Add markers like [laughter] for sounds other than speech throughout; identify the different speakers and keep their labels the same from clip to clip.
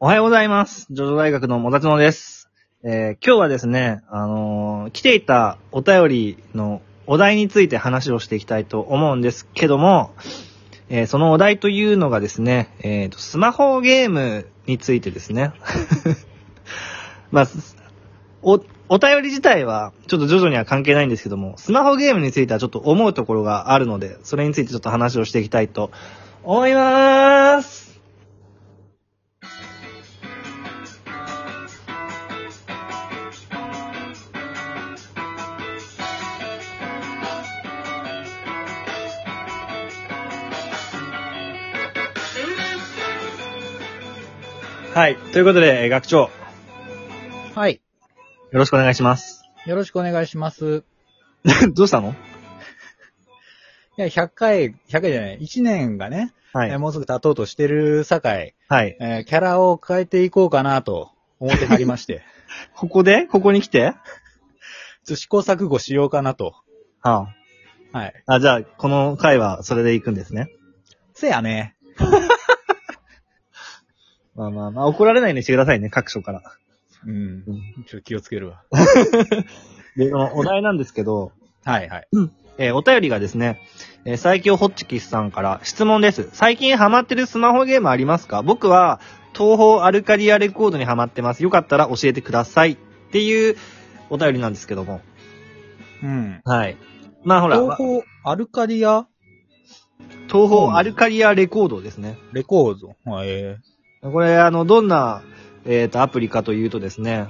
Speaker 1: おはようございます。ジョジョ大学のもたちのです。えー今日はですね、あのー来ていたお便りのお題について話をしていきたいと思うんですけども、えーそのお題というのがですね、えーと、スマホゲームについてですね。 [laughs] まあ、すお、お便り自体は、ちょっと徐々には関係ないんですけども、スマホゲームについてはちょっと思うところがあるので、それについてちょっと話をしていきたいと思いまーすはい。ということで、えー学長、よ
Speaker 2: はい。
Speaker 1: ろしくお願いします。
Speaker 2: よろしくお願いします。
Speaker 1: [laughs] どうしたの
Speaker 2: いや、100回、100回じゃない、1年がね、
Speaker 1: は
Speaker 2: えー
Speaker 1: い。
Speaker 2: もうすぐ経とうとしてる境、え
Speaker 1: はい。
Speaker 2: ーキャラを変えていこうかなと思ってはり
Speaker 1: [laughs]
Speaker 2: まして、
Speaker 1: ここでここに来て
Speaker 2: ちょっと試行錯誤しようかなと。
Speaker 1: はあ。
Speaker 2: はい。
Speaker 1: あ、じゃあ、この回はそれで行くんですね。
Speaker 2: せやね。
Speaker 1: まあまあまあ、怒られないようにしてくださいね、各所から。
Speaker 2: うん
Speaker 1: う。
Speaker 2: ちょっと気をつけるわ。
Speaker 1: で、このお題なんですけど、
Speaker 2: はいはい。
Speaker 1: えーお便りがですね、えー、最強ホッチキスさんから質問です。最近ハマってるスマホゲームありますか僕は、東方アルカリアレコードにハマってます。よかったら教えてください。っていうお便りなんですけども。
Speaker 2: うん。
Speaker 1: はい。まあほら、
Speaker 2: 東方アルカディア
Speaker 1: 東方アルカリアレコードですね。
Speaker 2: レコード。はいえ
Speaker 1: これ、あの、どんな、えっ、と、アプリかというとですね、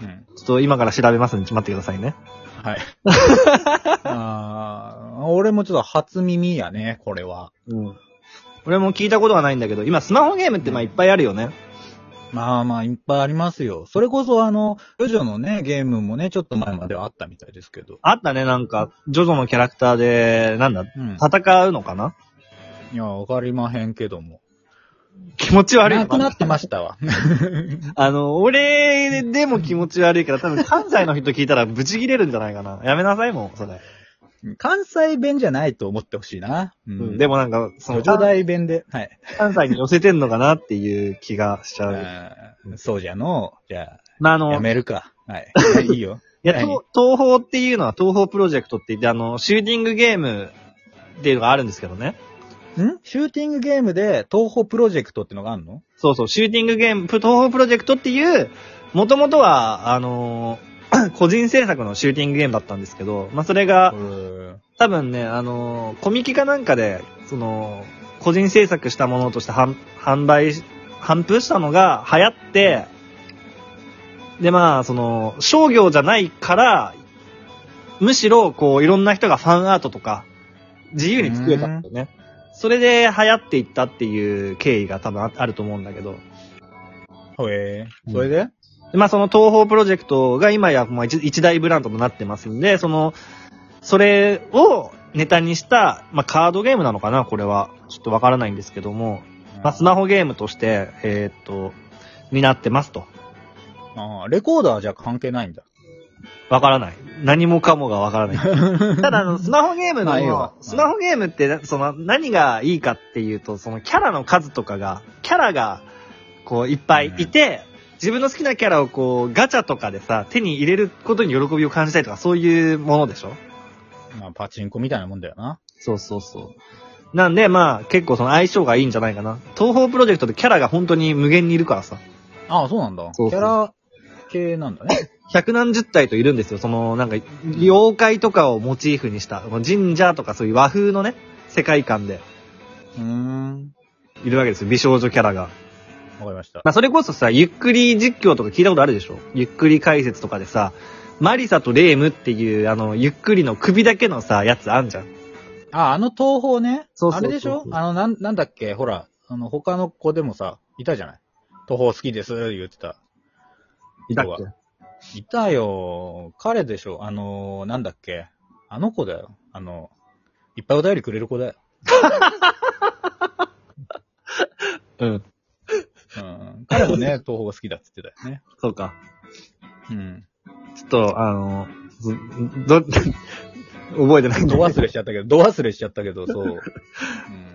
Speaker 2: ーうん。
Speaker 1: ちょっと今から調べますんで、ちょっと待ってくださいね。 [laughs]
Speaker 2: はい。あー俺もちょっと初耳やね、これは。
Speaker 1: うん。俺も聞いたことはないんだけど、今スマホゲームってまあいっぱいあるよね。
Speaker 2: まあまあ、いっぱいありますよ。それこそあの、ジョジョのね、ゲームもね、ちょっと前まではあったみたいですけど。
Speaker 1: あったね、なんか、ジョジョのキャラクターで、なんだ、
Speaker 2: うん。
Speaker 1: 戦うのかない
Speaker 2: や、わかりまへんけども。
Speaker 1: 気持ち悪い
Speaker 2: なくな
Speaker 1: な。
Speaker 2: ってましたわ。 [laughs]
Speaker 1: あの、俺でも気持ち悪いから、多分関西の人聞いたらブチ切れるんじゃないかな。やめなさいもん、それ。
Speaker 2: 関西弁じゃないと思ってほしいな。う
Speaker 1: うん、
Speaker 2: ん。
Speaker 1: で
Speaker 2: も、
Speaker 1: もなんか、そ
Speaker 2: ジョ
Speaker 1: の、
Speaker 2: ジョ大弁で、はい。
Speaker 1: 関西に寄せてんのかなっていう気がしちゃう。
Speaker 2: うんそうじゃのう。じゃ
Speaker 1: まあ、あ
Speaker 2: あ、
Speaker 1: の、
Speaker 2: やめるか。はい。 [laughs] はいいいよ。
Speaker 1: いや、
Speaker 2: はい
Speaker 1: 東東宝っていうのは東宝プロジェクトって言って、あの、シューティングゲームっていうのがあるんですけどね。
Speaker 2: んシューティングゲームで、東宝プロジェクトってのがあんの
Speaker 1: そうそう、シューティングゲーム、東宝プロジェクトっていう、もともとは、あの [clears throat] ー個人制作のシューティングゲームだったんですけど、まあ、それが、
Speaker 2: うん
Speaker 1: 多分ね、あのーコミケかなんかで、その、個人制作したものとして販販売し、販布したのが流行って、で、まあ、その、商業じゃないから、むしろ、こう、いろんな人がファンアートとか、自由に作れたんだよね。それで流行っていったっていう経緯が多分ああると思うんだけど。
Speaker 2: へえ。それで
Speaker 1: でまあその東方プロジェクトが今やまあ一一大ブランドとなってますんで、その、それをネタにした、まあカードゲームなのかなこれは。ちょっとわからないんですけども、まあスマホゲームとして、えーっと、になってますと。
Speaker 2: あーレコーダーじゃ関係ないんだ。
Speaker 1: わからない。何もかもがわから [laughs] ない。ただあの、スマホゲーム
Speaker 2: まあいい
Speaker 1: の
Speaker 2: わ、
Speaker 1: スマホゲームって、その何がいいかっていうと、そのキャラの数とかが、キャラが、こういっぱいいて、自分の好きなキャラをこう、ガチャとかでさ、手に入れることに喜びを感じたりとか、そういうものでしょ
Speaker 2: まあ、パチンコみたいなもんだよな。
Speaker 1: そうそうそう。なんで、まあ、結構その相性がいいんじゃないかな。東方プロジェクトってキャラが本当に無限にいるからさ、
Speaker 2: ああ、そうなんだ。
Speaker 1: そうそう
Speaker 2: キャラ系なん
Speaker 1: [laughs]
Speaker 2: だね。
Speaker 1: 百何十体といるんですよ。その、なんか、妖怪とかをモチーフにした、もう神社とかそういう和風のね、世界観で
Speaker 2: うーん。
Speaker 1: いるわけですよ。美少女キャラが。
Speaker 2: わかりました。
Speaker 1: まあ、それこそさ、ゆっくり実況とか聞いたことあるでしょゆっくり解説とかでさ、マリサとレームっていう、あの、ゆっくりの首だけのさ、やつあんじゃん。
Speaker 2: あ、あの東宝ね。
Speaker 1: そうそうそう
Speaker 2: あれでしょあの、なん、なんだっけほら、あの、他の子でもさ、いたじゃない東宝好きです、言ってた。
Speaker 1: い
Speaker 2: たっけいたよ。彼でしょあの、なんだっけあの子だよ。あの、いっぱいお便りくれる子だよ。
Speaker 1: うん。
Speaker 2: うん。
Speaker 1: [laughs]
Speaker 2: 彼もね、東宝が好きだって言ってたよね。
Speaker 1: そうか。
Speaker 2: うん。
Speaker 1: ちょっと、あの、ど、ど [laughs] 覚えてないん
Speaker 2: ど
Speaker 1: だ。
Speaker 2: 忘れしちゃったけど、ど忘れしちゃったけど、そう。うん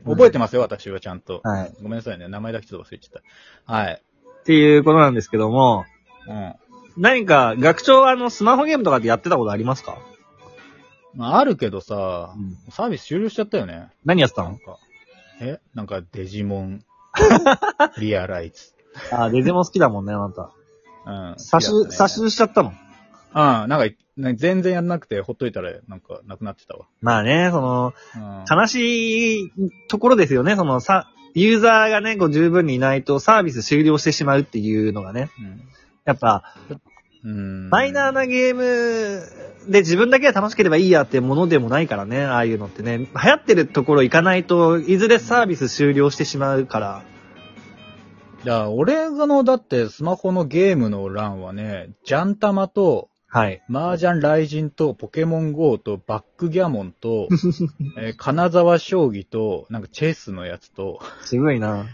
Speaker 2: 覚えてますよ、私はちゃんと。
Speaker 1: はい。
Speaker 2: ごめんなさいね。名前だけちょっと忘れちゃった。はい。
Speaker 1: っていうことなんですけども、
Speaker 2: うん。
Speaker 1: 何か学長はあのスマホゲームとかってやってたことありますか、
Speaker 2: まあ、あるけどさ、サービス終了しちゃったよね。
Speaker 1: 何やってた
Speaker 2: なん
Speaker 1: の
Speaker 2: か。えなんかデジモ
Speaker 1: [laughs]
Speaker 2: ン、リアライズ。
Speaker 1: あ、デジモン好きだもんね、あなた。
Speaker 2: うん。
Speaker 1: 差し、
Speaker 2: 好きだ
Speaker 1: 差
Speaker 2: ったね
Speaker 1: ししちゃったの。
Speaker 2: うん、なんか、なんか全然やんなくて、ほっといたら、なんか、なくなってたわ。
Speaker 1: まあね、その、
Speaker 2: うん。
Speaker 1: 悲しいところですよね、そのさ、ユーザーがね、こう十分にいないとサービス終了してしまうっていうのがね、やっぱ、
Speaker 2: うん。
Speaker 1: マイナーなゲームで自分だけが楽しければいいやってものでもないからね、ああいうのってね。流行ってるところ行かないといずれサービス終了してしまうから。
Speaker 2: いや、俺がの、だって、スマホのゲームの欄はね、ジャンタマと、
Speaker 1: はい。
Speaker 2: 麻雀雷神と、ポケモン GO と、バックギャモン
Speaker 1: [laughs]
Speaker 2: と、えー金沢将棋と、なんかチェスのやつと、
Speaker 1: 渋いな。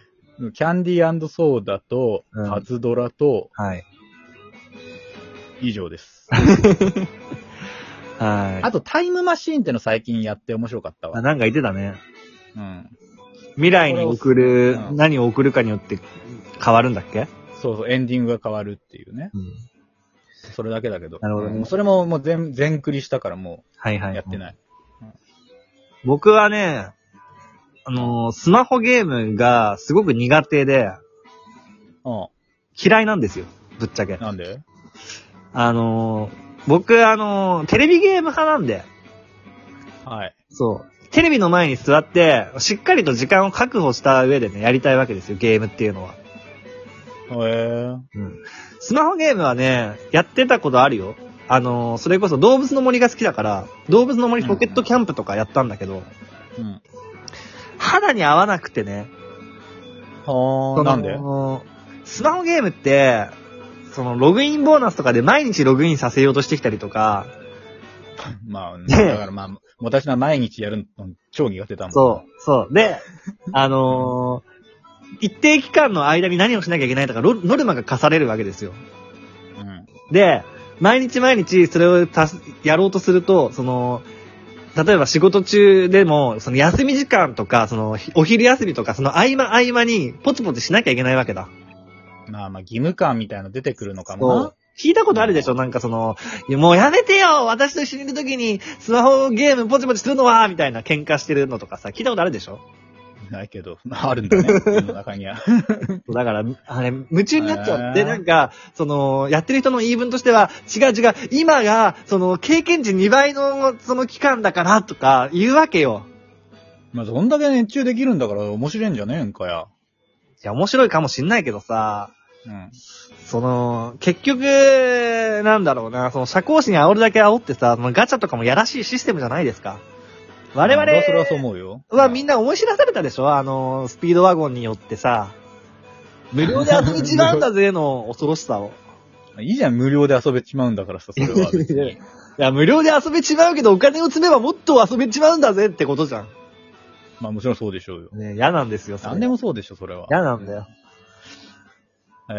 Speaker 2: キャンディーソーダと
Speaker 1: う、ん
Speaker 2: パズドラと、
Speaker 1: はい。
Speaker 2: 以上です。
Speaker 1: はい。
Speaker 2: あと、タイムマシーンっての最近やって面白かった
Speaker 1: あ
Speaker 2: わ。
Speaker 1: なんか言ってたね。
Speaker 2: うん。
Speaker 1: 未来に送る
Speaker 2: これを、うん
Speaker 1: 何を送るかによって変わるんだっけ
Speaker 2: そうそう、エンディングが変わるっていうね。
Speaker 1: うん。
Speaker 2: それだけだけど。
Speaker 1: なるほどね
Speaker 2: うんそれももう全、全クリしたからも
Speaker 1: はいは
Speaker 2: う
Speaker 1: い。
Speaker 2: やってない。
Speaker 1: 僕はね、あのースマホゲームがすごく苦手で、嫌いなんですよ。ぶっちゃけ
Speaker 2: うん。。なんで
Speaker 1: あのー僕、あのーテレビゲーム派なんで、
Speaker 2: はい。
Speaker 1: そう。テレビの前に座って、しっかりと時間を確保した上でね、やりたいわけですよ、ゲームっていうのは。
Speaker 2: へえ。
Speaker 1: うん。スマホゲームはね、やってたことあるよ。あのーそれこそ動物の森が好きだから、動物の森ポケットキャンプとかやったんだけど、
Speaker 2: うん。
Speaker 1: 肌に合わなくてね。
Speaker 2: はあ、
Speaker 1: その
Speaker 2: なんで
Speaker 1: スマホゲームって、その、ログインボーナスとかで毎日ログインさせようとしてきたりとか、
Speaker 2: まあ、
Speaker 1: ね
Speaker 2: だからまあ、私は毎日やるの超苦手だもん。
Speaker 1: そう、そう。 [laughs] で、あのー一定期間の間に何をしなきゃいけないとか、ロノルマが課されるわけですよ。
Speaker 2: う。うん。
Speaker 1: で、毎日毎日それをたすやろうとすると、その、例えば仕事中でも、その休み時間とか、その、ひお昼休みとか、その合間合間にポチポチしなきゃいけないわけだ。
Speaker 2: まあまあ、義務感みたいなの出てくるのかも
Speaker 1: そう
Speaker 2: な。
Speaker 1: 聞いたことあるでしょなんかその、いやもうやめてよ私と一緒にいる時にスマホゲームポチポチするのはみたいな喧嘩してるのとかさ、聞いたことあるでしょ
Speaker 2: ないけど、 [laughs] まああるんだね、世の中には。
Speaker 1: そうだから、あれ、夢中になっちゃっ
Speaker 2: へ
Speaker 1: て、
Speaker 2: ー
Speaker 1: なんか、その、やってる人の言い分としては、違う違う、今が、その、経験値2倍の、その期間だから、とか、言うわけよ。
Speaker 2: まあ、どんだけ熱中できるんだから面白いんじゃねえんかや。
Speaker 1: いや、面白いかもしんないけどさ、
Speaker 2: うん。
Speaker 1: その、結局、なんだろうな、その、社交心煽るだけ煽ってさ、そのガチャとかもやらしいシステムじゃないですか。我々
Speaker 2: 俺はそれはそう思うよ。
Speaker 1: はみん
Speaker 2: な。
Speaker 1: な思い知らされたでしょあの、スピードワゴンによってさ、無料で遊ぶ時なんだぜの恐ろしさを。
Speaker 2: いいじゃん、無料で遊べちまうんだからさ、それは別
Speaker 1: いやい [laughs]
Speaker 2: に。
Speaker 1: いや、無料で遊べちまうけど、お金を積めばもっと遊べちまうんだぜってことじゃん。
Speaker 2: まあ、もちろんそうでしょうよ。
Speaker 1: ね嫌なんですよ、それ
Speaker 2: 何でもそうでしょ、それは。
Speaker 1: 嫌なんだよ。
Speaker 2: え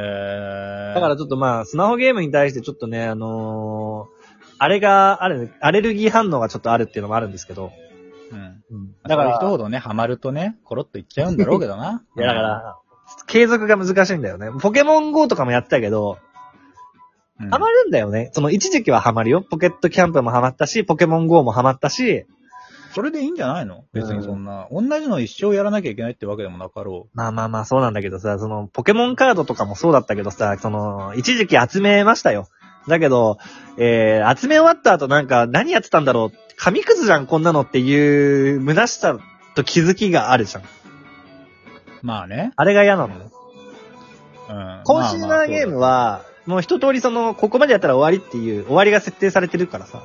Speaker 2: ー。
Speaker 1: だからちょっとまあ、スマホゲームに対してちょっとね、あのーあれが、あるね、アレルギー反応がちょっとあるっていうのもあるんですけど。
Speaker 2: うん。
Speaker 1: だか、
Speaker 2: だからら。
Speaker 1: い
Speaker 2: 人ほどね、ハマるとね、コロッといっちゃうんだろうけ
Speaker 1: [laughs]。
Speaker 2: どな
Speaker 1: やだか、ら、継続が難しいんだよね。ポケモン GO とかもやってたけど、
Speaker 2: うん
Speaker 1: ハマるんだよね。その一時期はハマるよ。ポケットキャンプもハマったし、ポケモン GO もハマったし、
Speaker 2: それでいいんじゃないの別にそんな、同じの一生やらなきゃいけないってわけでもなかろ
Speaker 1: まあまあまあそうなんだけどさ、そのポケモンカードとかもそうだったけどさ、その一時期集めましたよ。だけど、えー、集め終わった後なんか何やってたんだろう紙くずじゃんこんなのっていう虚しさと気づきがあるじゃん。
Speaker 2: う。まあね。
Speaker 1: あれが嫌なの。
Speaker 2: うん。
Speaker 1: コンシューマーゲーム
Speaker 2: は。
Speaker 1: は、もう一通りその、ここまでやったら終わりっていう、終わりが設定されてるからさ、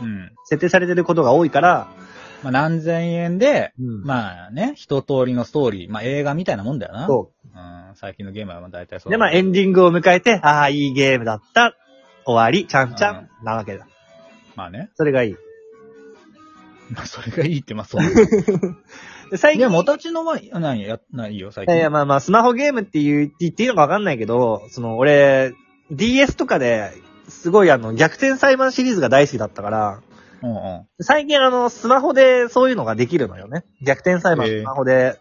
Speaker 2: うん。
Speaker 1: 設定されてることが多いから、
Speaker 2: まあ何千円で、
Speaker 1: うん
Speaker 2: まあね、一通りのストーリー、まあ映画みたいなもんだよな。。
Speaker 1: そう。
Speaker 2: うん。最近のゲームはまあ大体そうう。
Speaker 1: で、まあエンディングを迎えて、ああ、いいゲームだった、終わり、ちゃんちゃん、なわけだ。
Speaker 2: まあね。 [laughs]
Speaker 1: それがいい。
Speaker 2: まあそれがいいって、まあそう。
Speaker 1: で最
Speaker 2: い
Speaker 1: 近
Speaker 2: や、もたちのは、何や、ないよ、最
Speaker 1: いや
Speaker 2: 近。
Speaker 1: いや、まあまあ、スマホゲームって言う言っていいのかわかんないけど、その、俺、DS とかで、すごいあの、逆転裁判シリーズが大好きだったから、
Speaker 2: うんうん。
Speaker 1: 最近あの、スマホでそういうのができるのよね。逆転裁判、
Speaker 2: へえ
Speaker 1: スマホで、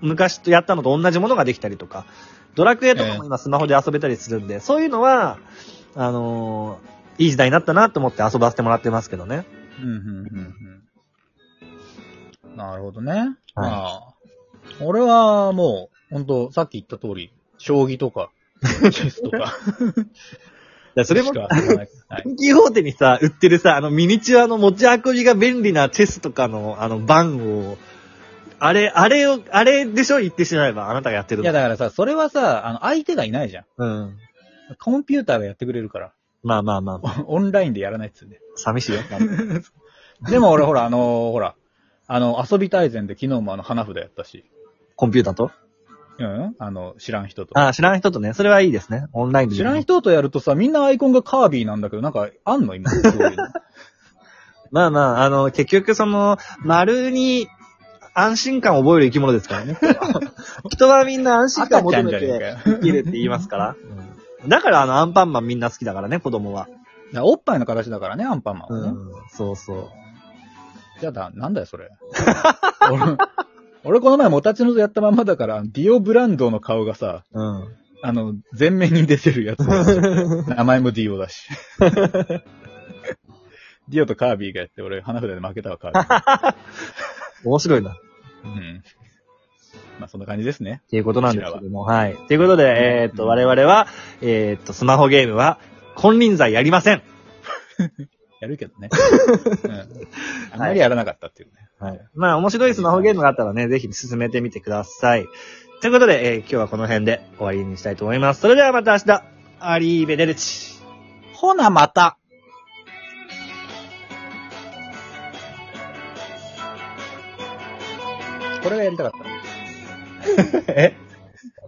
Speaker 1: 昔とやったのと同じものができたりとか、ドラクエとかも
Speaker 2: え
Speaker 1: 今スマホで遊べたりするんで、そういうのは、あのーいい時代になったなと思って遊ばせてもらってますけどね。
Speaker 2: うん、うん、うん。なるほどね。まあ、俺はもう、ほんと、さっき言った通り、将棋
Speaker 1: [laughs]
Speaker 2: とか、チェスとか。
Speaker 1: いやそれも
Speaker 2: し、か遊ばない
Speaker 1: [laughs]
Speaker 2: はい。
Speaker 1: ドンキホーテにさ、売ってるさ、あのミニチュアの持ち運びが便利なチェスとかの、あの、番号、あれ、あれを、あれでしょ言ってしまえば、あなたがやってる
Speaker 2: い
Speaker 1: の
Speaker 2: や、だからさ、それはさ、あの、相手がいないじゃん。
Speaker 1: うん。
Speaker 2: コンピューターがやってくれるから。 [laughs]
Speaker 1: まあまあまあ、
Speaker 2: オンラインでやらないっつうんで。
Speaker 1: 寂しいよ。
Speaker 2: でも俺ほら、あのーほら、あの、遊び大全で昨日もあの、花札やったし。
Speaker 1: コンピューターと
Speaker 2: うんあの、知らん人と。
Speaker 1: ああ、知らん人とね、それはいいですね。オンラインで。
Speaker 2: 知らん人とやるとさ、みんなアイコンがカービィなんだけど、なんか、あんの今、そういうの
Speaker 1: まあまあ、あの、結局その、丸に安心感を覚える生き物ですから
Speaker 2: [laughs]
Speaker 1: ね。人はみんな安心感を
Speaker 2: [laughs] 赤ちゃ
Speaker 1: 求
Speaker 2: んじ
Speaker 1: め
Speaker 2: ゃねえか
Speaker 1: て
Speaker 2: よ。
Speaker 1: 生きるって言いますから。だからあの、アンパンマンみんな好きだからね、子供は。
Speaker 2: だからおっぱいの形だからね、アンパンマンはね。
Speaker 1: ん、そうそう。
Speaker 2: じゃあだ、なんだよ、それ。 [laughs] 俺、俺この前、モタチノとやったまんまだから、ディオブランドの顔がさ、
Speaker 1: うん。
Speaker 2: あの、前面に出てるや [laughs] つ。名前もディオだし。 [laughs] ディオとカービィがやって、俺、花札で負けたわ、カービ [laughs] ィ。
Speaker 1: 面白いな。
Speaker 2: うん。まあ、そんな感じですね。
Speaker 1: っていうことなんですけども、はい。ということで、えーっと、我々は、えーっと、スマホゲームは、金輪際やりません。
Speaker 2: やるけどね。 [laughs] うん。あんまりやらなかったっていうね。
Speaker 1: はい。まあ、面白いスマホゲームがあったらね、ぜひ進めてみてください。ということで、えー今日はこの辺で終わりにしたいと思います。それではまた明日、アリーベデルチ。
Speaker 2: ほな、また。これがやりたかった。え